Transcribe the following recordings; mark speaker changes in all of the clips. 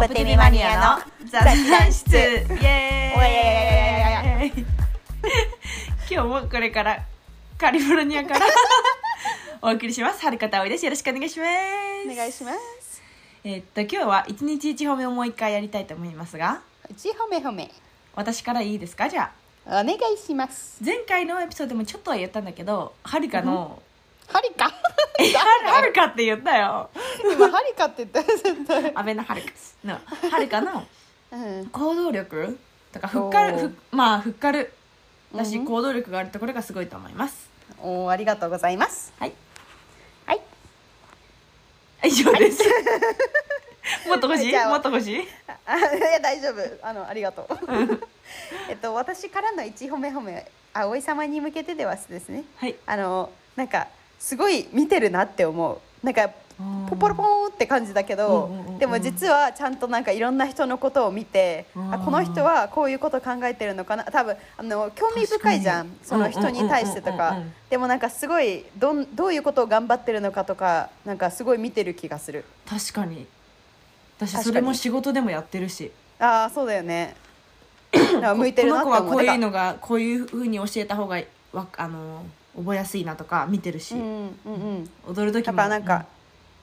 Speaker 1: プテミマニアの
Speaker 2: 雑談室イエーイ
Speaker 1: おやややややや
Speaker 2: 今日もこれからカリフォルニア からお送りしますはるかたおいですよろしくお願いします
Speaker 1: お願いします
Speaker 2: えっと今日は一日一褒めをもう一回やりたいと思いますが
Speaker 1: ち褒め褒め
Speaker 2: 私からいいですかじゃあ
Speaker 1: お願いします
Speaker 2: 前回のエピソードでもちょっとは言ったんだけどはるかの
Speaker 1: はりか
Speaker 2: 「えはるか」って言ったよ
Speaker 1: 今はりかって言ったよ絶対
Speaker 2: 安倍のはるか のはるかの
Speaker 1: うん
Speaker 2: 行動力とかふっかる
Speaker 1: おー
Speaker 2: ふまあふっかるだし、
Speaker 1: うん
Speaker 2: 行動力があるところがすごいと思います
Speaker 1: おーありがとうございます
Speaker 2: はい
Speaker 1: はい
Speaker 2: 以 上です、もっと欲
Speaker 1: は
Speaker 2: し
Speaker 1: い
Speaker 2: い
Speaker 1: じゃあ
Speaker 2: もっと欲しい
Speaker 1: ああい や大丈夫あのあり がとうえっと私からの一褒め褒め葵様に向けてではですね
Speaker 2: はい
Speaker 1: あのなんかすごい見てるなって思うなんかポポロポーンって感じだけど、
Speaker 2: うんうんうんうん
Speaker 1: でも実はちゃんとなんかいろんな人のことを見て、
Speaker 2: うん
Speaker 1: あこの人はこういうこと考えてるのかな多分あの興味深いじゃん
Speaker 2: 確かに
Speaker 1: その人に対してと
Speaker 2: うんうん
Speaker 1: か
Speaker 2: うんうんうん
Speaker 1: でもなんかすごいどんどういうことを頑張ってるのかとかなんかすごい見てる気がする
Speaker 2: 確かに
Speaker 1: 確
Speaker 2: 私
Speaker 1: かに
Speaker 2: それも仕事でもやってるし
Speaker 1: ああそうだよねなんか向いてるなって
Speaker 2: こ
Speaker 1: 思
Speaker 2: の
Speaker 1: う
Speaker 2: 子はこういう
Speaker 1: てか
Speaker 2: のがこういうふうに教えた方がわあの覚えやすいなとか見てるし、
Speaker 1: うんうんうん
Speaker 2: 踊る時
Speaker 1: やっ
Speaker 2: も
Speaker 1: ぱなんか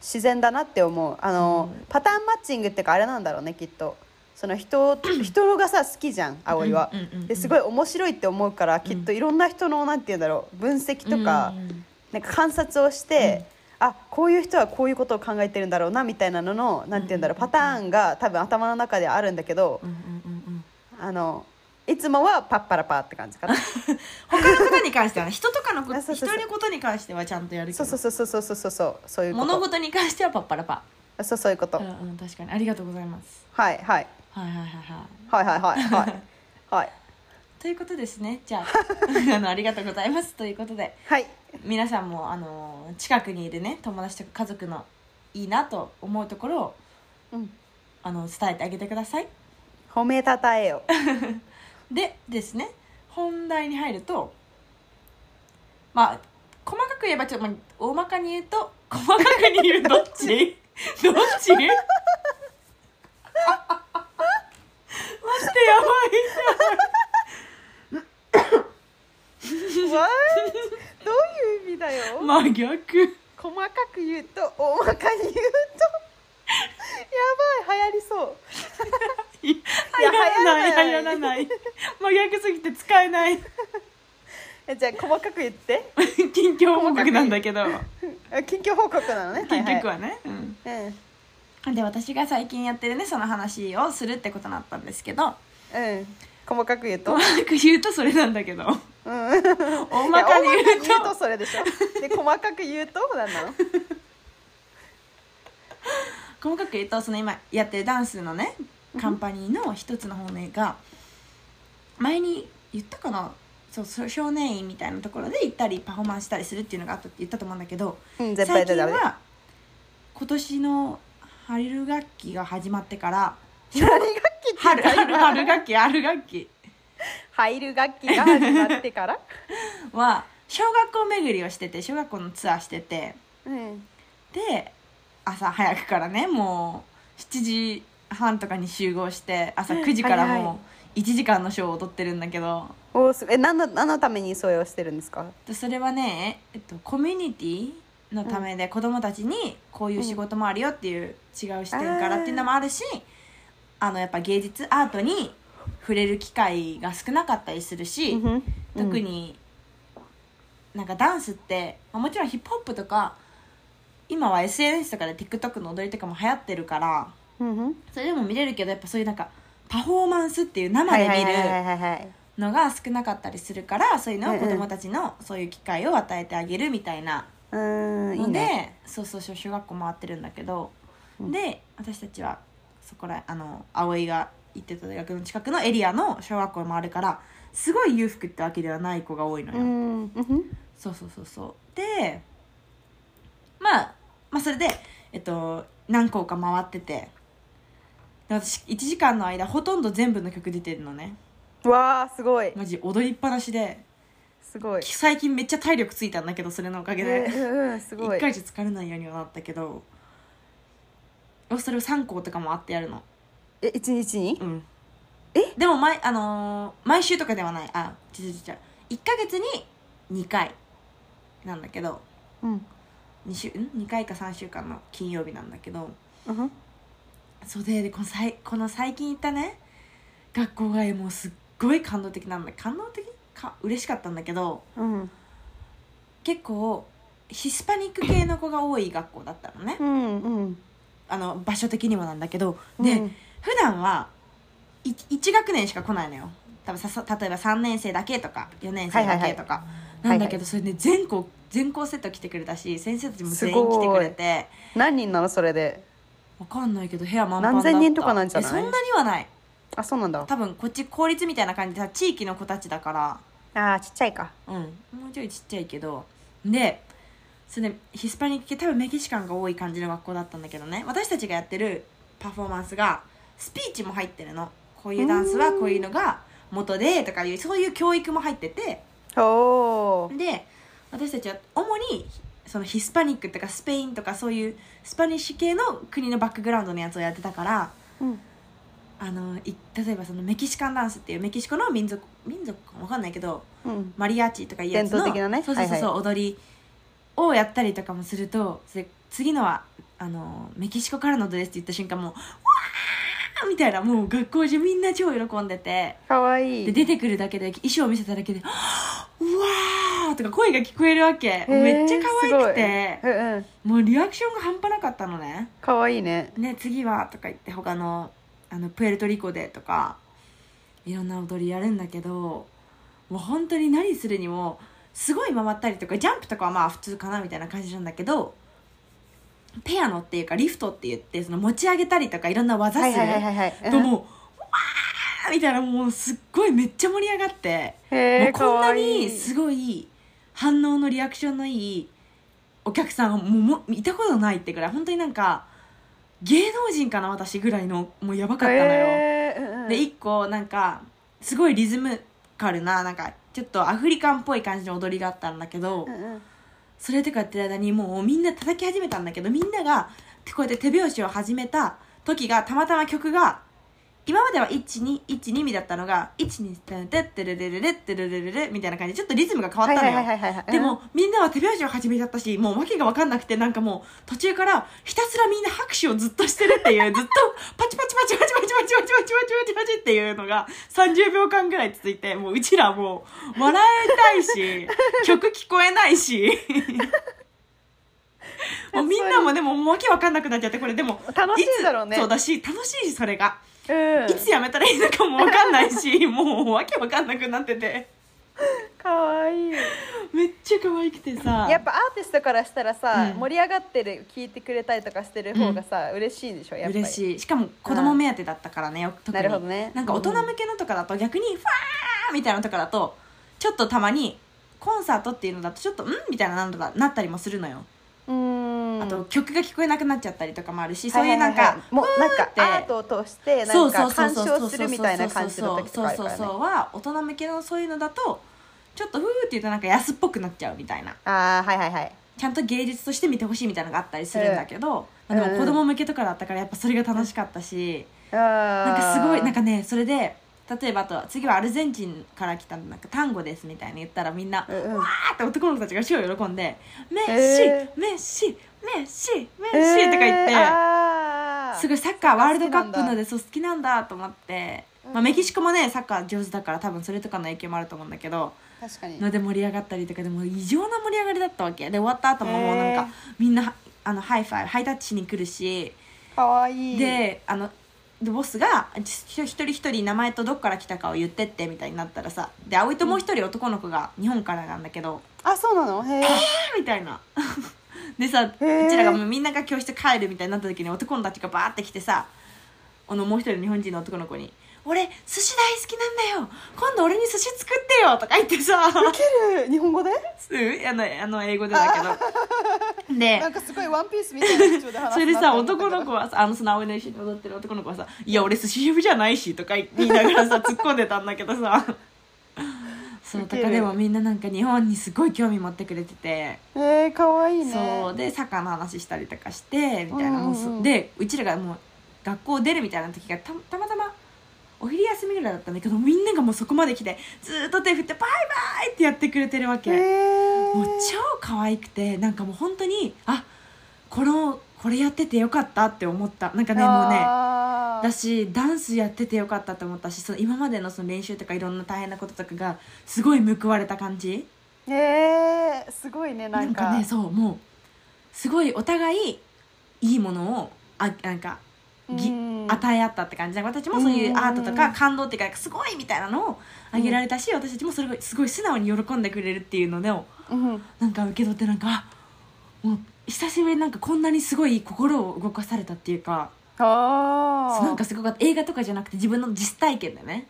Speaker 1: 自然だなって思うあの、
Speaker 2: うん
Speaker 1: パターンマッチングっていうかあれなんだろうねきっとその人人がさ好きじゃん葵は
Speaker 2: うんうんうんうん
Speaker 1: ですごい面白いって思うからきっといろんな人のなんて言うんだろう分析とか,、
Speaker 2: うんうん
Speaker 1: なんか観察をして、あこういう人はこういうことを考えてるんだろうなみたいなののなんて言うんだろう
Speaker 2: うんうんう
Speaker 1: パ
Speaker 2: ん
Speaker 1: ターンが多分頭の中であるんだけど、
Speaker 2: うんうんうんうん
Speaker 1: あのいつもはパッパラパーって感じ かな
Speaker 2: 他のことに関してはね人とかのこ
Speaker 1: あ
Speaker 2: と
Speaker 1: そうそうそう
Speaker 2: 人のことに関してはちゃんとやるけ
Speaker 1: そ
Speaker 2: ど
Speaker 1: うそうそうそうそうそうそうそうそういうこ
Speaker 2: 物
Speaker 1: と
Speaker 2: 事に関してはパッパラパ
Speaker 1: そうそういうこと、
Speaker 2: うんうん確かにありがとうございます
Speaker 1: はいはい
Speaker 2: はいはいはいは
Speaker 1: はいは
Speaker 2: い
Speaker 1: いはいはいは い
Speaker 2: ということですね じゃああのありがとうございますということで
Speaker 1: はい
Speaker 2: 皆さんもあの近くにいるね友達とか家族のいいなと思うところを
Speaker 1: うん
Speaker 2: あの伝えてあげてください
Speaker 1: 褒めたたえ よ
Speaker 2: でですね本題に入るとまあ細かく言えばちょっとまあ大まかに言うと細かくに言うどっち どっち待ってやば
Speaker 1: わあどういう意味だよ、
Speaker 2: い真逆
Speaker 1: 細かく言うと大まかに言うとや ばい流行りそう
Speaker 2: いや
Speaker 1: いや
Speaker 2: 流行らない
Speaker 1: 流
Speaker 2: 流
Speaker 1: 行
Speaker 2: 行
Speaker 1: ら
Speaker 2: ら
Speaker 1: な
Speaker 2: ない真逆すぎて使え ない
Speaker 1: えじゃあ細かく言って
Speaker 2: 近況報告なんだけど
Speaker 1: あ近況報告なの ね
Speaker 2: 結局
Speaker 1: は
Speaker 2: はね、うん
Speaker 1: いはい、
Speaker 2: で私が最近やってるねその話をするってことになったんですけど
Speaker 1: うんうん細かく言うと、うん、
Speaker 2: 細かく言うとそれなんだけど
Speaker 1: 大
Speaker 2: 大まかに言う
Speaker 1: 大まか
Speaker 2: と
Speaker 1: に言うとそれでしょで細かく言うと何 なの
Speaker 2: 細かく言うとその今やってるダンスのねカンパニーの一つの方面が前に言ったかなそうそう少年院みたいなところで行ったりパフォーマンスしたりするっていうのがあったって言ったと思うんだけど
Speaker 1: うん
Speaker 2: 最
Speaker 1: 絶対
Speaker 2: 近
Speaker 1: ダメだ
Speaker 2: は今年の春学期が始まってから
Speaker 1: 何楽器って言っ
Speaker 2: 春
Speaker 1: た
Speaker 2: 春
Speaker 1: 今
Speaker 2: 春学期春学期
Speaker 1: 入る楽器が始まってから
Speaker 2: は小学校巡りをしてて小学校のツアーしてて
Speaker 1: うん
Speaker 2: で朝早くからねもう7時半とかに集合して朝9時から
Speaker 1: はいはい
Speaker 2: もう1時間のショーを踊ってるんだけど
Speaker 1: おーすごいえ何の何のためにそれをしてるんですか
Speaker 2: でそれはね、えっと、コミュニティのためで子供たちにこういう仕事もあるよっていう、違う視点からっていうのもあるしあのやっぱ芸術アートに触れる機会が少なかったりするし、
Speaker 1: うん
Speaker 2: 特になんかダンスって、まあもちろんヒップホップとか今は SNS とかで TikTok の踊りとかも流行ってるから
Speaker 1: うんうん
Speaker 2: それでも見れるけどやっぱそういうなんかパフォーマンスっていう生
Speaker 1: はい
Speaker 2: で
Speaker 1: はいは
Speaker 2: 見
Speaker 1: いはい
Speaker 2: る
Speaker 1: はいはい
Speaker 2: のが少なかったりするからそういうのを子
Speaker 1: うんうん
Speaker 2: 供たちのそういう機会を与えてあげるみたいな
Speaker 1: うーんいい
Speaker 2: ので
Speaker 1: ね
Speaker 2: そうそうそう小学校回ってるんだけど、
Speaker 1: うん
Speaker 2: で私たちはそこらあの葵が行ってた大学の近くのエリアの小学校を回るからすごい裕福ってわけではない子が多いのよ。
Speaker 1: うんうん
Speaker 2: そうそうそうそうで、まあ、まあそれで、えっと、何校か回っててで私1時間の間ほとんど全部の曲出てるのね
Speaker 1: わあすごい
Speaker 2: マジ踊りっぱなしです
Speaker 1: ごい
Speaker 2: 最近めっちゃ体力ついたんだけどそれのおかげ
Speaker 1: え
Speaker 2: で
Speaker 1: ーうんうんすごい
Speaker 2: 1回じゃ疲れないようにはなったけどそれを3校とかもあってやるの
Speaker 1: え一日に
Speaker 2: うん
Speaker 1: え
Speaker 2: でも毎,、あのー毎週とかではないあ違う違う違う1ヶ月に2回なんだけど
Speaker 1: うん
Speaker 2: 2週ん2回か3週間の金曜日なんだけど
Speaker 1: うん
Speaker 2: そうででこのさいこの最近行ったね学校がもうすっごい感動的なんだ感動的か嬉しかったんだけど
Speaker 1: うん
Speaker 2: 結構ヒスパニック系の子が多い学校だったのね
Speaker 1: うんうん
Speaker 2: あの場所的にもなんだけど
Speaker 1: うん
Speaker 2: で、普段は 1, 学年しか来ないのよ多分ささ例えば3年生だけとか4年生だけとか、
Speaker 1: いはい
Speaker 2: なんだけどそれね全校全校生徒来てくれたし先生たちも全
Speaker 1: す
Speaker 2: 員来
Speaker 1: ごい
Speaker 2: てくれて
Speaker 1: 何人なのそれで
Speaker 2: わかんないけど部屋満帆だった
Speaker 1: 何千人とかなんじゃない
Speaker 2: えそんなにはない
Speaker 1: あそうなんだ
Speaker 2: 多分こっち公立みたいな感じでさ地域の子たちだから
Speaker 1: あーちっちゃいか
Speaker 2: うんもうちょいちっちゃいけどでそれでヒスパニック系多分メキシカンが多い感じの学校だったんだけどね私たちがやってるパフォーマンスがスピーチも入ってるのこういうダンスはこういうのが元でとかいうそういう教育も入ってて
Speaker 1: おー
Speaker 2: で私たちは主にそのヒスパニックとかスペインとかそういうスパニッシュ系の国のバックグラウンドのやつをやってたから
Speaker 1: うん
Speaker 2: あのい例えばそのメキシカンダンスっていうメキシコの民族民族かわかんないけど
Speaker 1: うん
Speaker 2: マリアーチとかいうやつの
Speaker 1: 伝統的なね
Speaker 2: そうそうそうそう、
Speaker 1: は
Speaker 2: 踊りをやったりとかもするとそれ次のはあのメキシコからのですって言った瞬間もう「わー!」みたいなもう学校中みんな超喜んでて
Speaker 1: かわい
Speaker 2: で
Speaker 1: い
Speaker 2: 出てくるだけで衣装を見せただけで「はーうわー!」とか声が聞こえるわけめっちゃ可愛く
Speaker 1: えーす
Speaker 2: て
Speaker 1: ごいうんうん
Speaker 2: もうリアクションが半端なかったのね。
Speaker 1: かわいいね
Speaker 2: ね、次はとか言って他のあのプエルトリコでとかいろんな踊りやるんだけどもう本当に何するにもすごい回ったりとかジャンプとかはまあ普通かなみたいな感じなんだけどペアのっていうかリフトって言ってその持ち上げたりとかいろんな技
Speaker 1: はい
Speaker 2: す
Speaker 1: はいはいは
Speaker 2: る
Speaker 1: いはい
Speaker 2: と
Speaker 1: うん
Speaker 2: もう「わー!」みたいなもうすっごいめっちゃ盛り上がって。も
Speaker 1: へ
Speaker 2: う
Speaker 1: ーか
Speaker 2: こんな
Speaker 1: わい
Speaker 2: に
Speaker 1: い
Speaker 2: すごい反応のリアクションのいいお客さんをもうもいたことないってぐらい本当になんか芸能人かな私ぐらいのもうやばかったのよ、
Speaker 1: へーうんうん
Speaker 2: で1個なんかすごいリズムカルななんかちょっとアフリカンっぽい感じの踊りがあったんだけど、
Speaker 1: うんうん
Speaker 2: それとかやってる間にもうみんな叩き始めたんだけどみんながこうやって手拍子を始めた時がたまたま曲が今までは1212みだったのが123てってれれれれってれれれれみたいな感じでちょっとリズムが変わったのよ、
Speaker 1: はいはいはいはいはい
Speaker 2: でもみんなは手拍子を始めちゃったしもう訳が分かんなくてなんかもう途中からひたすらみんな拍手をずっとしてるっていう ずっとパチパチパチパチパチパチパチパチパチパチパチっていうのが30秒間ぐらい続いてもううちらもう笑いた いし曲聞こえないしもうみんなもでももう訳分かんなくなっちゃってこれでも
Speaker 1: 楽しいだろうね
Speaker 2: つそうだし楽しいしそれが、
Speaker 1: うん
Speaker 2: いつやめたらいいのかも分かんないしもう訳分かんなくなってて
Speaker 1: かわいい
Speaker 2: めっちゃ可愛くてさ
Speaker 1: やっぱアーティストからしたらさ、
Speaker 2: うん
Speaker 1: 盛り上がってる聞いてくれたりとかしてる方がさ、嬉しいでしょやっぱり
Speaker 2: 嬉しいしかも子供目当てだったからね、よ特に
Speaker 1: なるほどね
Speaker 2: なんか大人向けのとかだと逆に「ファー!」みたいなのとかだとちょっとたまにコンサートっていうのだとちょっと「うん?」みたいななんだなったりもするのよ、
Speaker 1: うーん
Speaker 2: あと曲が聞こえなくなっちゃったりとかもあるし、
Speaker 1: は
Speaker 2: そうい
Speaker 1: は
Speaker 2: うなんか、
Speaker 1: はもうなん
Speaker 2: ふー
Speaker 1: か
Speaker 2: って
Speaker 1: アートとしてな
Speaker 2: そ
Speaker 1: ん
Speaker 2: うそ
Speaker 1: か
Speaker 2: うそう
Speaker 1: 鑑
Speaker 2: そうそ
Speaker 1: 賞
Speaker 2: う
Speaker 1: するみたいな感じの時とかある
Speaker 2: そう
Speaker 1: か
Speaker 2: そう
Speaker 1: ら
Speaker 2: そう
Speaker 1: ね
Speaker 2: そうは大人向けのそういうのだとちょっと「ふー」って言うとなんか安っぽくなっちゃうみたいな
Speaker 1: ああはいはいはい
Speaker 2: ちゃんと芸術として見てほしいみたいなのがあったりするんだけど、
Speaker 1: うん
Speaker 2: まあでも
Speaker 1: う
Speaker 2: 子
Speaker 1: ん
Speaker 2: 供向けとかだったからやっぱそれが楽しかったし、
Speaker 1: な
Speaker 2: なんかすごいなんかねそれで例えばあとは次はアルゼンチンから来たなんか単語ですみたいに言ったらみんな「
Speaker 1: う
Speaker 2: わ
Speaker 1: んうん
Speaker 2: ー!」って男の子たちが超喜んで「メッシ、
Speaker 1: え
Speaker 2: メッシメッシメッシ」
Speaker 1: えー
Speaker 2: とか言って、
Speaker 1: あー
Speaker 2: すごいサッカーワールドカップ
Speaker 1: 好きな
Speaker 2: の
Speaker 1: ん
Speaker 2: でそう好きなんだと思って、
Speaker 1: うん
Speaker 2: まあ、メキシコもねサッカー上手だから多分それとかの影響もあると思うんだけど
Speaker 1: 確かに
Speaker 2: ので盛り上がったりとかでも異常な盛り上がりだったわけで終わった後ももうなん
Speaker 1: へー
Speaker 2: かみんなあのハイファイブハイタッチしに来るし。
Speaker 1: かわいい
Speaker 2: であのでボスがひ一人一人名前とどっから来たかを言ってってみたいになったらさで葵ともう一人男の子が日本からなんだけど
Speaker 1: あそうなのへえ
Speaker 2: 「えーみたいな でさう
Speaker 1: ー
Speaker 2: ちらがもうみんなが教室帰るみたいになった時に男の子たちがバーって来てさあのもう一人の日本人の男の子に「俺寿司大好きなんだよ今度俺に寿司作ってよ」とか言ってさ
Speaker 1: ける日本語で
Speaker 2: うんあのあの英語でだけどで
Speaker 1: なんかすごいワンピースみたいな口調で話すな
Speaker 2: それでさ
Speaker 1: って思
Speaker 2: 男
Speaker 1: ったけど
Speaker 2: の子はさあのその葵の一緒に踊ってる男の子はさ「いや俺寿司シェフじゃないし」とか言いながらさ突っ込んでたんだけどさそ
Speaker 1: ウ
Speaker 2: う
Speaker 1: ケ
Speaker 2: と
Speaker 1: る
Speaker 2: かでもみんななんか日本にすごい興味持ってくれてて、
Speaker 1: えー、かわいいね
Speaker 2: そうでサッカーの話したりとかしてみたいな、
Speaker 1: うんうんうん
Speaker 2: もうそでうちらがもう学校出るみたいな時がたたまたまお昼休みぐらいだったんだけどみんながもうそこまで来てずーっと手振って「バイバイ!」ってやってくれてるわけ、
Speaker 1: え
Speaker 2: もう超可愛くてなんかもう本当にあこのこれやっててよかったって思ったなんかねもうね
Speaker 1: あー
Speaker 2: だしダンスやっててよかったと思ったしその今までのその練習とかいろんな大変なこととかがすごい報われた感じ
Speaker 1: えー、すごいねな
Speaker 2: なんん
Speaker 1: か
Speaker 2: かねそうもうすごいお互いいいものをあなんかぎ
Speaker 1: うん
Speaker 2: 与え合ったって感じで私もそういうアートと
Speaker 1: う
Speaker 2: か
Speaker 1: ん
Speaker 2: 感動っていうかすごいみたいなのをあげられたし、私たちもそれがすごい素直に喜んでくれるっていうので
Speaker 1: うん
Speaker 2: なんか受け取ってなんかあもう久しぶりになんかこんなにすごい心を動かされたっていうか
Speaker 1: あー
Speaker 2: なんかすごかった映画とかじゃなくて自分の実体験でね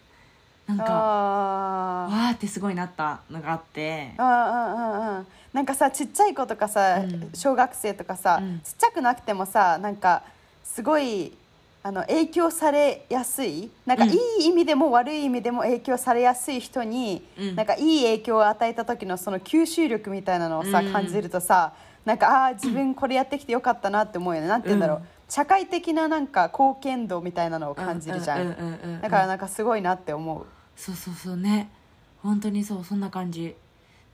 Speaker 2: なんかわ
Speaker 1: あー
Speaker 2: ーってすごいなったのがあって
Speaker 1: あーうんうんうんなんかさちっちゃい子とかさ、
Speaker 2: うん
Speaker 1: 小学生とかさ、
Speaker 2: うん
Speaker 1: ちっちゃくなくてもさなんかすごいあの影響されやすいなんか
Speaker 2: うん
Speaker 1: いい意味でも悪い意味でも影響されやすい人に、
Speaker 2: うん
Speaker 1: なんかいい影響を与えた時のその吸収力みたいなのをさ、
Speaker 2: うん
Speaker 1: 感じるとさなんかああー自分これやってきてよかったなって思うよねなんて言うんだろう、
Speaker 2: うん
Speaker 1: 社会的ななんか貢献度みたいなのを感じるじゃん,、
Speaker 2: ううううんうん
Speaker 1: だからなんかすごいなって思う。
Speaker 2: そうそうそうね本当にそうそんな感じ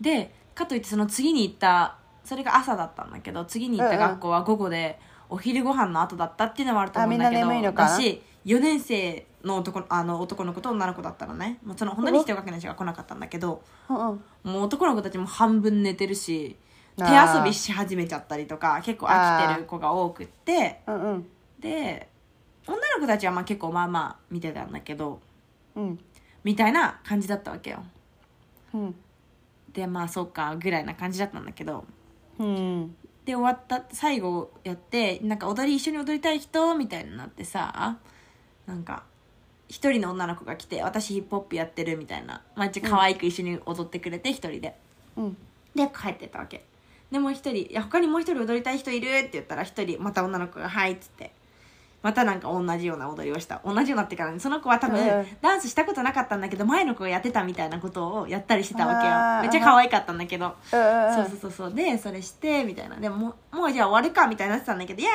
Speaker 2: でかといってその次に行ったそれが朝だったんだけど次に行っ
Speaker 1: う
Speaker 2: た
Speaker 1: んうん
Speaker 2: 学校は午後で、お昼ご飯の後だったっていうのもあると思うんだけ
Speaker 1: あみんな眠い
Speaker 2: ど
Speaker 1: のかな
Speaker 2: だし4年生の男のあの男の子と女の子だったのねもうその本当に一人学年しか来なかったんだけど
Speaker 1: うんうん
Speaker 2: もう男の子たちも半分寝てるし手
Speaker 1: あー
Speaker 2: 遊びし始めちゃったりとか結構飽きてる子が多くって
Speaker 1: うんうん
Speaker 2: で女の子たちはまあ結構まあまあ見てたんだけど
Speaker 1: うん
Speaker 2: みたいな感じだったわけよ。
Speaker 1: うん
Speaker 2: でまあそうかぐらいな感じだったんだけど
Speaker 1: うん
Speaker 2: で終わった最後やってなんか踊り一緒に踊りたい人みたいになってさなんか一人の女の子が来て私ヒップホップやってるみたいなまあ一応可愛く一緒に踊ってくれて一人で
Speaker 1: うん
Speaker 2: で帰ってったわけでもう一人いや他にもう一人踊りたい人いるって言ったら一人また女の子が「はい」っつってまたなんか同じような踊りをした同じようなってから、ね、その子は多分、
Speaker 1: うん
Speaker 2: ダンスしたことなかったんだけど前の子がやってたみたいなことをやったりしてたわけ
Speaker 1: あー
Speaker 2: よめっちゃ可愛かったんだけど
Speaker 1: うん
Speaker 2: そうそうそうそうでそれしてみたいなでももうもうじゃあ終わるかみたいになってたんだけどいや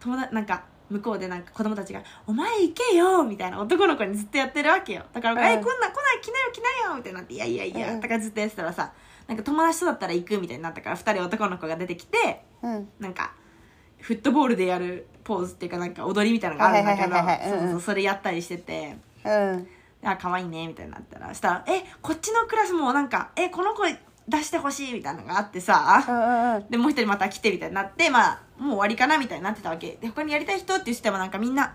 Speaker 2: 友達なんか向こうでなんか子供たちが「お前行けよ」みたいな男の子にずっとやってるわけよだから「え
Speaker 1: うん
Speaker 2: こんなん来ない来なよ来なよ」みたいになって「いやいやいや」
Speaker 1: うん
Speaker 2: とかずっとやってたらさなんか友達とだったら行くみたいになったから2人男の子が出てきて
Speaker 1: うん
Speaker 2: なんかフットボールでやるポーズっていうかなんか踊りみたいなのがあるんだけど
Speaker 1: はいはいはいはいはいうん
Speaker 2: そううんそうそれやったりしてて。
Speaker 1: うん
Speaker 2: あ可愛いねみたいになったらしたら「えこっちのクラスもなんかえこの子出してほしい」みたいなのがあって
Speaker 1: う
Speaker 2: さ
Speaker 1: んうん
Speaker 2: でもう一人また来てみたいになってまあもう終わりかなみたいになってたわけで他にやりたい人っていう人もなんかみんな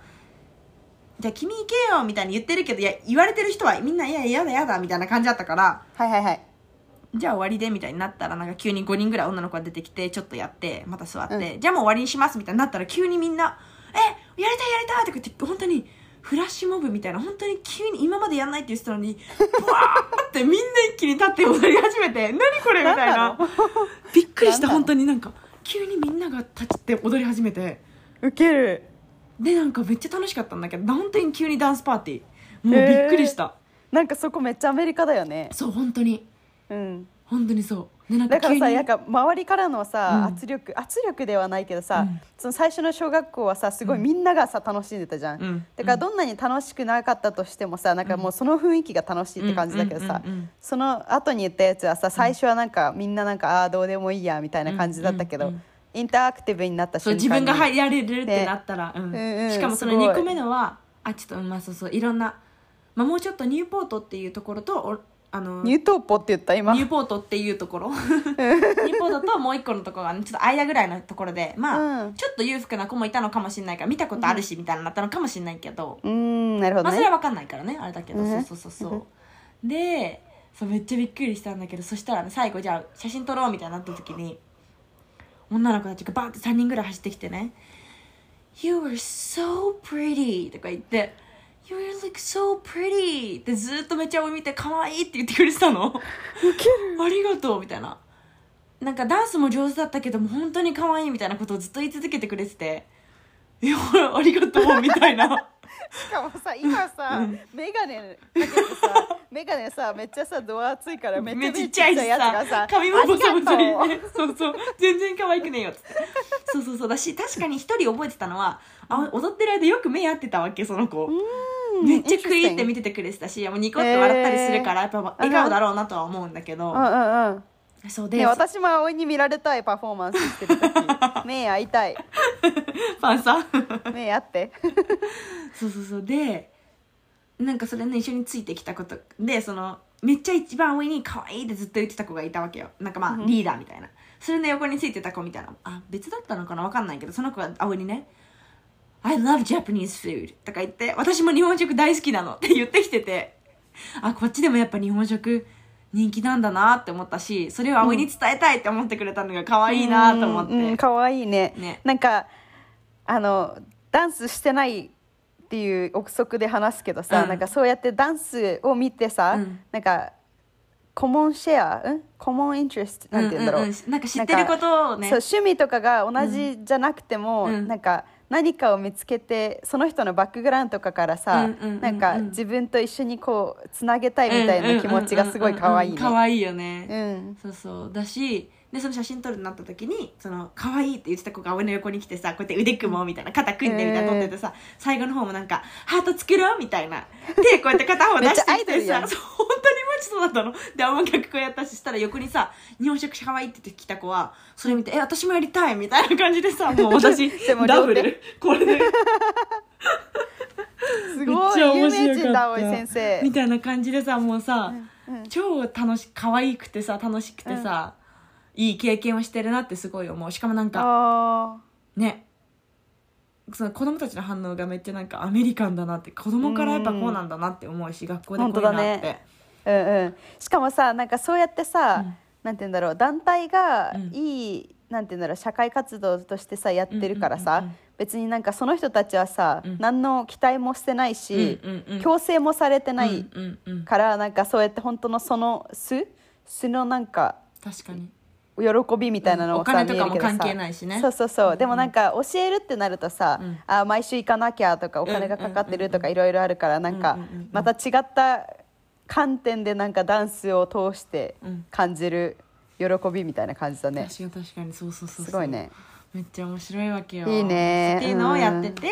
Speaker 2: 「じゃあ君行けよ」みたいに言ってるけどいや言われてる人はみんな「いやいややだやだ」みたいな感じだったから
Speaker 1: はいはいはい
Speaker 2: 「じゃあ終わりで」みたいになったらなんか急に5人ぐらい女の子が出てきてちょっとやってまた座って「じゃあもう終わりにします」みたいになったら急にみんな「えやりたいやりたい」とか言って本当にフラッシュモブみたいな本当に急に今までやんないって言ってた のにブワーってみんな一気に立って踊り始めて「何これ」みたい
Speaker 1: なんな
Speaker 2: なびっくりし
Speaker 1: なんな
Speaker 2: た
Speaker 1: の
Speaker 2: 本当になんか急にみんなが立ちって踊り始めて
Speaker 1: ウケる
Speaker 2: でなんかめっちゃ楽しかったんだけど本当に急にダンスパーティーもうびっくりした、
Speaker 1: なんかそこめっちゃアメリカだよね
Speaker 2: そう本当に
Speaker 1: うん
Speaker 2: 本当にそうでなんか
Speaker 1: だか
Speaker 2: 急
Speaker 1: ら
Speaker 2: に
Speaker 1: さなんか周りからのさ、
Speaker 2: うん
Speaker 1: 圧力圧力ではないけどさ、
Speaker 2: うん
Speaker 1: その最初の小学校はさすごいみんながさ楽しんでたじゃん、
Speaker 2: うん
Speaker 1: だからどんなに楽しくなかったとしてもさなんかもうその雰囲気が楽しいって感じだけどさ、
Speaker 2: うんうんうんうん
Speaker 1: その後に言ったやつはさ最初はなんかみんななんかああーどうでもいいやみたいな感じだったけど、
Speaker 2: うんうんうん
Speaker 1: インタアクティブになった
Speaker 2: そう
Speaker 1: 瞬間に
Speaker 2: 自分が入られるってなったら、うん
Speaker 1: うんうん
Speaker 2: しかもその
Speaker 1: すごい
Speaker 2: 2個目のはあちょっとうんまあそうそういろんな、まあ、もうちょっとニューポートっていうところとおあの
Speaker 1: ニュートーポって言った今
Speaker 2: ニューポートっていうと ころニューポートともう一個のところが、ね、ちょっと間ぐらいのところでまあ、
Speaker 1: うん
Speaker 2: ちょっと裕福な子もいたのかもしれないから見たことあるし、みたいなのだったのかもしれないけど、
Speaker 1: うーんなるほど
Speaker 2: まあそれ
Speaker 1: ね、
Speaker 2: は分かんないからねあれだけど、
Speaker 1: うん
Speaker 2: そうそうそうそうでそうめっちゃびっくりしたんだけどそしたら、ね、最後じゃあ写真撮ろうみたいになった時に女の子たちがバーって3人ぐらい走ってきてね「You are so pretty」とか言って「You are like so pretty」ってずっとめっちゃ俺見て「可愛いって言ってくれてたのありがとうみたいななんかダンスも上手だったけども本当に可愛いみたいなことをずっと言い続けてくれてて「いやありがとう」みたいな
Speaker 1: しかもさ今さ
Speaker 2: うん
Speaker 1: メガネかけてさメガネさめっちゃさドア厚いからめっちゃ
Speaker 2: ち
Speaker 1: 目
Speaker 2: っちゃいし
Speaker 1: ちやつが
Speaker 2: さ
Speaker 1: さ
Speaker 2: 髪もボサボサ
Speaker 1: あり
Speaker 2: にそうそう全然可愛くねえよっつってそうそうそうだし確かに一人覚えてたのはあ踊ってる間よく目合ってたわけその子
Speaker 1: うん
Speaker 2: めっちゃクイって
Speaker 1: interesting
Speaker 2: 見ててくれてたしもうニコッと笑ったりするからやっぱ笑顔だろうなとは思うんだけど
Speaker 1: うんうんうん
Speaker 2: そうで
Speaker 1: ね私も葵に見られたいパフォーマンスしてる 時目合いたい
Speaker 2: パンさん
Speaker 1: 目合って
Speaker 2: そうそうそうでなんかそれね一緒についてきたことでそのめっちゃ一番上に可愛いってずっと言ってた子がいたわけよなんかまあ、
Speaker 1: うん
Speaker 2: リーダーみたいなそれの横についてた子みたいなあ別だったのかなわかんないけどその子が青にね「I love Japanese food」とか言って「私も日本食大好きなの」って言ってきててあこっちでもやっぱ日本食人気なんだなって思ったしそれを葵に伝えたいって思ってくれたのが可愛いなと思って、
Speaker 1: うんうん可愛いね
Speaker 2: ね
Speaker 1: なんかあのダンスしてないっていう憶測で話すけどさ、
Speaker 2: うん
Speaker 1: なんかそうやってダンスを見てさ、
Speaker 2: うん
Speaker 1: なんかコモンシェアんコモンインテレストなんて言うんだろう,、
Speaker 2: なんか知ってることをね
Speaker 1: そう趣味とかが同じじゃなくても、
Speaker 2: うん
Speaker 1: なんか何かを見つけてその人のバックグラウンドとかからさ、
Speaker 2: うんうんうんうん
Speaker 1: なんか自分と一緒にこうつなげたいみたいな気持ちがすごい可愛いね。
Speaker 2: 可愛いよ
Speaker 1: う
Speaker 2: ね、
Speaker 1: ん
Speaker 2: そうそうだしでその写真撮るってなった時にその可愛いって言ってた子が俺の横に来てさこうやって腕組もうみたいな肩組んでみたいな撮っててさ、最後の方もなんかハート作ろうみたいな手こうやって片方出して
Speaker 1: めっちゃア
Speaker 2: き
Speaker 1: イドル
Speaker 2: て
Speaker 1: や
Speaker 2: さ
Speaker 1: ん
Speaker 2: そう本当にマジそうだったので音楽こうやったししたら横にさ日本食可愛いって言ってきた子はそれ見てえ私もやりたいみたいな感じでさもう私
Speaker 1: でも
Speaker 2: ダ
Speaker 1: 両
Speaker 2: ブ
Speaker 1: 手
Speaker 2: ルこれで
Speaker 1: すごい
Speaker 2: めっちゃ面
Speaker 1: 有
Speaker 2: 白か
Speaker 1: 名
Speaker 2: った
Speaker 1: 人だおい先生。
Speaker 2: みたいな感じでさもうさ、
Speaker 1: うん
Speaker 2: 超楽し可愛くてさ楽しくてさ、いい経験をしてるなってすごい思うしかもなんか
Speaker 1: あ
Speaker 2: ねその子供たちの反応がめっちゃなんかアメリカンだなって子供からやっぱこうなんだなって思うし、学校でこういうのあって、
Speaker 1: 本当だーうんうん、しかもさなんかそうやってさ、
Speaker 2: うん
Speaker 1: なんて言うんだろう団体が
Speaker 2: うん
Speaker 1: いい、なんて言うんだろう社会活動としてさやってるからさ、
Speaker 2: うんうんうんうん
Speaker 1: 別になんかその人たちはさ、
Speaker 2: うん
Speaker 1: 何の期待もしてないし、
Speaker 2: うんうんうん
Speaker 1: 強制もされてな
Speaker 2: う
Speaker 1: い
Speaker 2: んうんうん、
Speaker 1: から、なんかそうやって本当のその素素のなんか
Speaker 2: 確かに
Speaker 1: 喜びみたいなのをさ、
Speaker 2: うんお金
Speaker 1: 見
Speaker 2: と
Speaker 1: え
Speaker 2: か
Speaker 1: る
Speaker 2: も
Speaker 1: けどさ
Speaker 2: 関係ないしね
Speaker 1: そうそうそうでもなんか教えるってなるとさ、
Speaker 2: うん
Speaker 1: あ毎週行かなきゃとかお金がかかってるとかいろいろあるからなん
Speaker 2: う
Speaker 1: か
Speaker 2: んうんうんうん
Speaker 1: また違った観点でなんかダンスを通して
Speaker 2: うん
Speaker 1: 感じる喜びみたいな感じだね、
Speaker 2: 確かに確かにそうそうそうそう
Speaker 1: すごいね
Speaker 2: めっちゃ面白いわけよ
Speaker 1: いいね
Speaker 2: っていうのをやってて、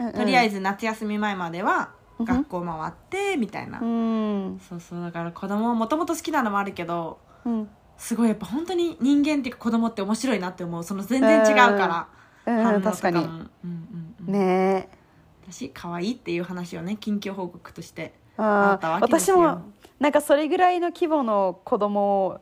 Speaker 1: うんうん
Speaker 2: とりあえず夏休み前までは学校回ってみたいな、
Speaker 1: うん
Speaker 2: そうそうだから子供もともと好きなのもあるけど
Speaker 1: うん
Speaker 2: すごいやっぱ本当に人間っていうか子供って面白いなって思うその全然違うから、
Speaker 1: うんうん
Speaker 2: 反応と
Speaker 1: 確かに
Speaker 2: もうんうんうん、
Speaker 1: ねえ
Speaker 2: だし可愛いっていう話をね近況報告としてあ
Speaker 1: あ
Speaker 2: った
Speaker 1: あ
Speaker 2: わけです
Speaker 1: 私
Speaker 2: よ
Speaker 1: もなんかそれぐらいの規模の子供を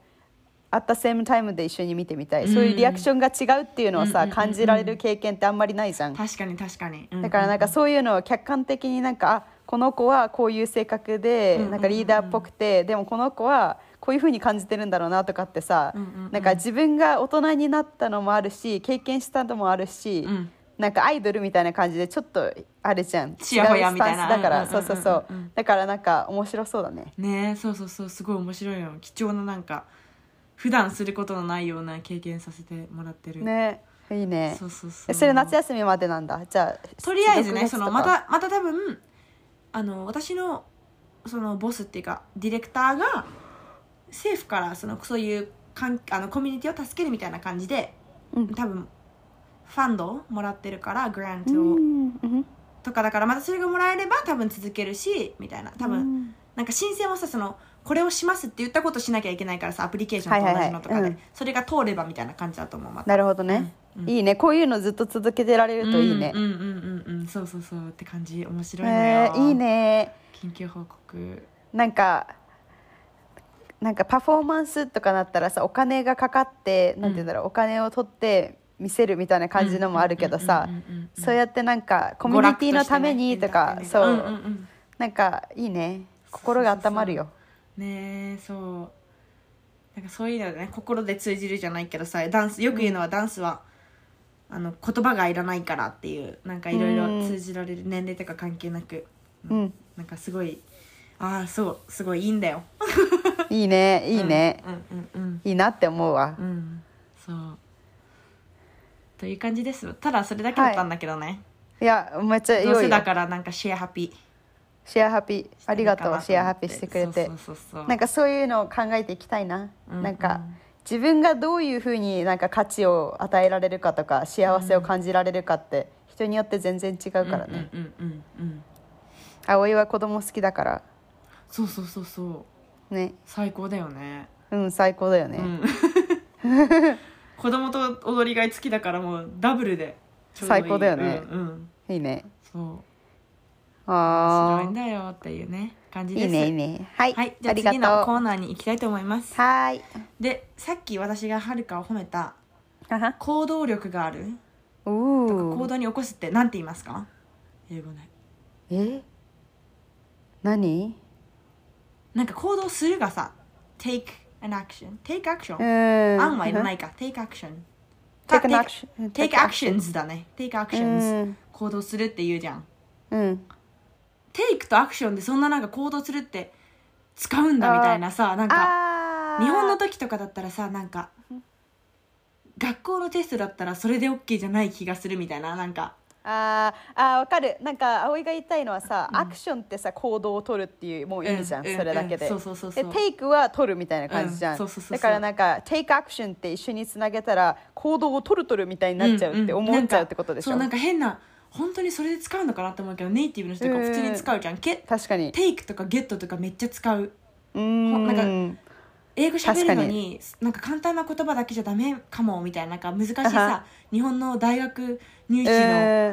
Speaker 1: アッタセームタイムで一緒に見てみたい、
Speaker 2: うん
Speaker 1: そういうリアクションが違うっていうのを
Speaker 2: うんうんう
Speaker 1: さ、
Speaker 2: んうん
Speaker 1: 感じられる経験ってあんまりないじゃん、
Speaker 2: 確かに確かに、うう
Speaker 1: だからなんかそういうのを客観的になんかあこの子はこういう性格で
Speaker 2: うんうんうん
Speaker 1: なんかリーダーっぽくてでもこの子はこういうふうに感じてるんだろうなとかってさ
Speaker 2: うんうんうん
Speaker 1: なんか自分が大人になったのもあるし経験したのもあるし
Speaker 2: うん
Speaker 1: なんかアイドルみたいな感じでちょっとあれじゃん違う
Speaker 2: ちやほや
Speaker 1: ス
Speaker 2: み
Speaker 1: タ
Speaker 2: た
Speaker 1: ン
Speaker 2: いな
Speaker 1: スだか
Speaker 2: う
Speaker 1: ら
Speaker 2: んうんう
Speaker 1: そう
Speaker 2: ん
Speaker 1: そうそう
Speaker 2: うんうん
Speaker 1: だからなんか面白そうだね
Speaker 2: ねえそうそうそうすごい面白いよ貴重ななんか普段することのないような経験させてもらってる、
Speaker 1: ねいいね
Speaker 2: そうそうそ
Speaker 1: え
Speaker 2: う
Speaker 1: それ夏休みまでなんだじゃあ
Speaker 2: とりあえず
Speaker 1: 6
Speaker 2: ね
Speaker 1: 月
Speaker 2: そ
Speaker 1: とか
Speaker 2: のまたまた多分あの私のそのボスっていうかディレクターが政府からそのそういうかんあのコミュニティを助けるみたいな感じで
Speaker 1: うん
Speaker 2: 多分ファンドをもらってるからグラン
Speaker 1: う
Speaker 2: トを
Speaker 1: んうん
Speaker 2: とかだからまたそれがもらえれば多分続けるしみたいな多分なんか申請もさそのこれをしますって言ったことしなきゃいけないからさアプリケーションと同じのとかで、
Speaker 1: はいはいはいうん
Speaker 2: それが通ればみたいな感じだと思うまた
Speaker 1: なるほどね、
Speaker 2: うん
Speaker 1: いいねこういうのずっと続けてられるといいね、
Speaker 2: うんうんうんうんうんそうそうそうって感じ面白いのよ、
Speaker 1: えーいいね
Speaker 2: 緊急報告
Speaker 1: なんかなんかパフォーマンスとかなったらさお金がかかってなんて言うんだろう、お金を取って見せるみたいな感じのもあるけどさ、
Speaker 2: うんうんうんうん
Speaker 1: そうやってなんかコミュニティのためにとか
Speaker 2: 娯楽として
Speaker 1: そう、
Speaker 2: ねエンターテインメントうんうん
Speaker 1: なんかいいね心が温まるよ
Speaker 2: うんねえそうなんかそういうのでね心で通じるじゃないけどさダンスよく言うのはダンスは、あの言葉がいらないからっていうなんかいろいろ通じられる年齢とか関係なく、
Speaker 1: うん
Speaker 2: なんかすごいああそうすごいいいんだよ
Speaker 1: いいねいいね、
Speaker 2: うんうんうん
Speaker 1: いいなって思うわ
Speaker 2: うん、うん、そうという感じですただそれだけだったんだけどね、
Speaker 1: いやめっちゃ
Speaker 2: どう
Speaker 1: 良
Speaker 2: せ
Speaker 1: いよ
Speaker 2: だからなんかシェアハピ
Speaker 1: シェアハピ
Speaker 2: して
Speaker 1: あり
Speaker 2: もい
Speaker 1: が
Speaker 2: いかな
Speaker 1: とうシェアハピしてくれて
Speaker 2: そうそうそうそう
Speaker 1: なんかそういうのを考えていきたいな、
Speaker 2: うん
Speaker 1: なん
Speaker 2: う
Speaker 1: か
Speaker 2: ん
Speaker 1: 自分がどういうふうになんか価値を与えられるかとか幸せを感じられるかって人によって全然違うからね、
Speaker 2: うんうんうんうん
Speaker 1: 葵は子供好きだから
Speaker 2: そうそうそうそう
Speaker 1: ね
Speaker 2: 最高だよね
Speaker 1: うん最高だよね、
Speaker 2: うん子供と踊りが好きだからもうダブルでちょうどいい
Speaker 1: 最高だよね
Speaker 2: うん、うん
Speaker 1: いいね
Speaker 2: そう面白
Speaker 1: あ
Speaker 2: いん
Speaker 1: ー
Speaker 2: だよっていうね感じ
Speaker 1: い
Speaker 2: です
Speaker 1: いねいいねはい、
Speaker 2: はいじ
Speaker 1: あ
Speaker 2: ゃあ
Speaker 1: りが
Speaker 2: 次
Speaker 1: とう
Speaker 2: のコーナーに行きたいと思います
Speaker 1: はーい
Speaker 2: でさっき私がはるかを褒めた
Speaker 1: あは
Speaker 2: 行動力がある
Speaker 1: お
Speaker 2: とか行
Speaker 1: お
Speaker 2: 動に起こすってなんて言いますか英語で
Speaker 1: え何
Speaker 2: なんか行動するがさ take an action take
Speaker 1: う
Speaker 2: action
Speaker 1: ん
Speaker 2: 案はいらないいか take action
Speaker 1: take an
Speaker 2: take-
Speaker 1: action
Speaker 2: take actions だね take
Speaker 1: う
Speaker 2: actions
Speaker 1: ん
Speaker 2: 行動するって言うじゃん
Speaker 1: うん
Speaker 2: テイクとアクションでそんななんか行動するって使うんだ
Speaker 1: あー
Speaker 2: みたいなさなんか
Speaker 1: あー
Speaker 2: 日本の時とかだったらさなんか学校のテストだったらそれで OK じゃない気がするみたいななんか
Speaker 1: あーあーわかるなんか葵が言いたいのはさ、アクションってさ行動を取るっていうもう意味じゃん、
Speaker 2: うう
Speaker 1: それだけで、
Speaker 2: うんそうそうそ
Speaker 1: で
Speaker 2: うそう
Speaker 1: テイクは取るみたいな感じじゃ、
Speaker 2: うんんそうそうそうそ
Speaker 1: だ
Speaker 2: う
Speaker 1: からなんかテイクアクションって一緒につなげたら行動を取る取るみたいになっちゃうって思っちゃうってことでしょ、
Speaker 2: んなんかそうなんか変な本当にそれで使うのかなって思うけどネイティブの人とか普通に使うじゃん、け
Speaker 1: 確かに
Speaker 2: テイクとかゲットとかめっちゃ使う
Speaker 1: うーん
Speaker 2: なんか
Speaker 1: うん
Speaker 2: 英語喋るの
Speaker 1: 確か
Speaker 2: になんか簡単な言葉だけじゃダメかもみたいななんか難しい
Speaker 1: あは
Speaker 2: さ日本の大学入試の、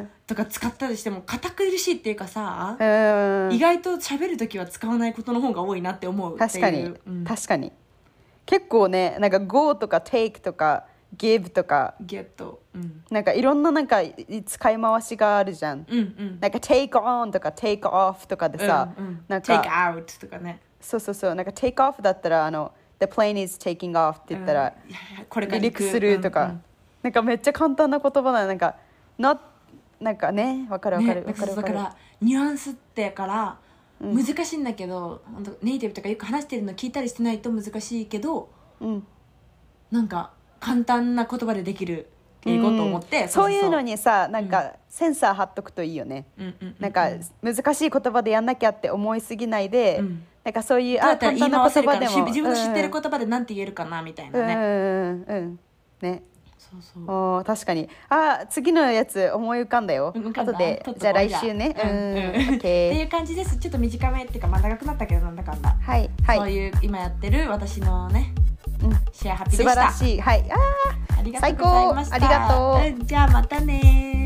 Speaker 1: うん
Speaker 2: とか使ったりしても堅苦しいっていうかさ、
Speaker 1: うん
Speaker 2: 意外と喋る時は使わないことの方が多いなって思うっていう
Speaker 1: 確かに、
Speaker 2: うん、
Speaker 1: 確かに結構ねなんか go とか take とか give とか
Speaker 2: ゲット、うん、
Speaker 1: なんかいろんななんかい使い回しがあるじゃん
Speaker 2: うんうん
Speaker 1: なんか take on とか take off とかでさ、
Speaker 2: うんうん、
Speaker 1: なん
Speaker 2: take
Speaker 1: か
Speaker 2: out とかね
Speaker 1: そうそうそうなんか take off だったらあの the plane is taking off って言ったら、
Speaker 2: うんいやいやこれから
Speaker 1: 離
Speaker 2: 行く
Speaker 1: 陸するとか、
Speaker 2: うんうん
Speaker 1: なんかめっちゃ簡単な言葉なのなんか not なんかねわかるわか
Speaker 2: ね
Speaker 1: る、わ
Speaker 2: だ
Speaker 1: か
Speaker 2: か
Speaker 1: る
Speaker 2: ら
Speaker 1: わ
Speaker 2: だ
Speaker 1: か
Speaker 2: か
Speaker 1: る
Speaker 2: らニュアンスってから難しいんだけど、ほんとネイティブとかよく話してるの聞いたりしてないと難しいけど
Speaker 1: うん
Speaker 2: なんか簡単な言葉でできる英語と思って、
Speaker 1: うんそういうのにさなんかセンサー貼っとくといいよね、
Speaker 2: うんうんうん
Speaker 1: なんか難しい言葉でやんなきゃって思いすぎないで、
Speaker 2: うん
Speaker 1: なんかそういう
Speaker 2: どうや
Speaker 1: あ
Speaker 2: ったら
Speaker 1: 簡
Speaker 2: 言
Speaker 1: 単
Speaker 2: い
Speaker 1: な
Speaker 2: 回
Speaker 1: 言
Speaker 2: せるか
Speaker 1: 葉
Speaker 2: な
Speaker 1: でも
Speaker 2: し自分の知ってる言葉でなんて言えるかなみたい
Speaker 1: うん
Speaker 2: なね、
Speaker 1: うんうんうんね
Speaker 2: そうそう
Speaker 1: おー確かにあー次のやつ思い浮かんだよ
Speaker 2: うん
Speaker 1: 後で
Speaker 2: 撮っとこう
Speaker 1: じゃあ来週ね
Speaker 2: じゃあうん
Speaker 1: うん
Speaker 2: うん
Speaker 1: OK
Speaker 2: っていう感じですちょっと短めっていうかまあ長くなったけどなんだかんだ、
Speaker 1: はい
Speaker 2: そ
Speaker 1: は
Speaker 2: う
Speaker 1: い
Speaker 2: いう今やってる私のね
Speaker 1: うん
Speaker 2: シェアハッピー
Speaker 1: 素
Speaker 2: でした
Speaker 1: 晴らしいはいあー
Speaker 2: ありがとうございました
Speaker 1: 最高ありがとう
Speaker 2: うんじゃあまたね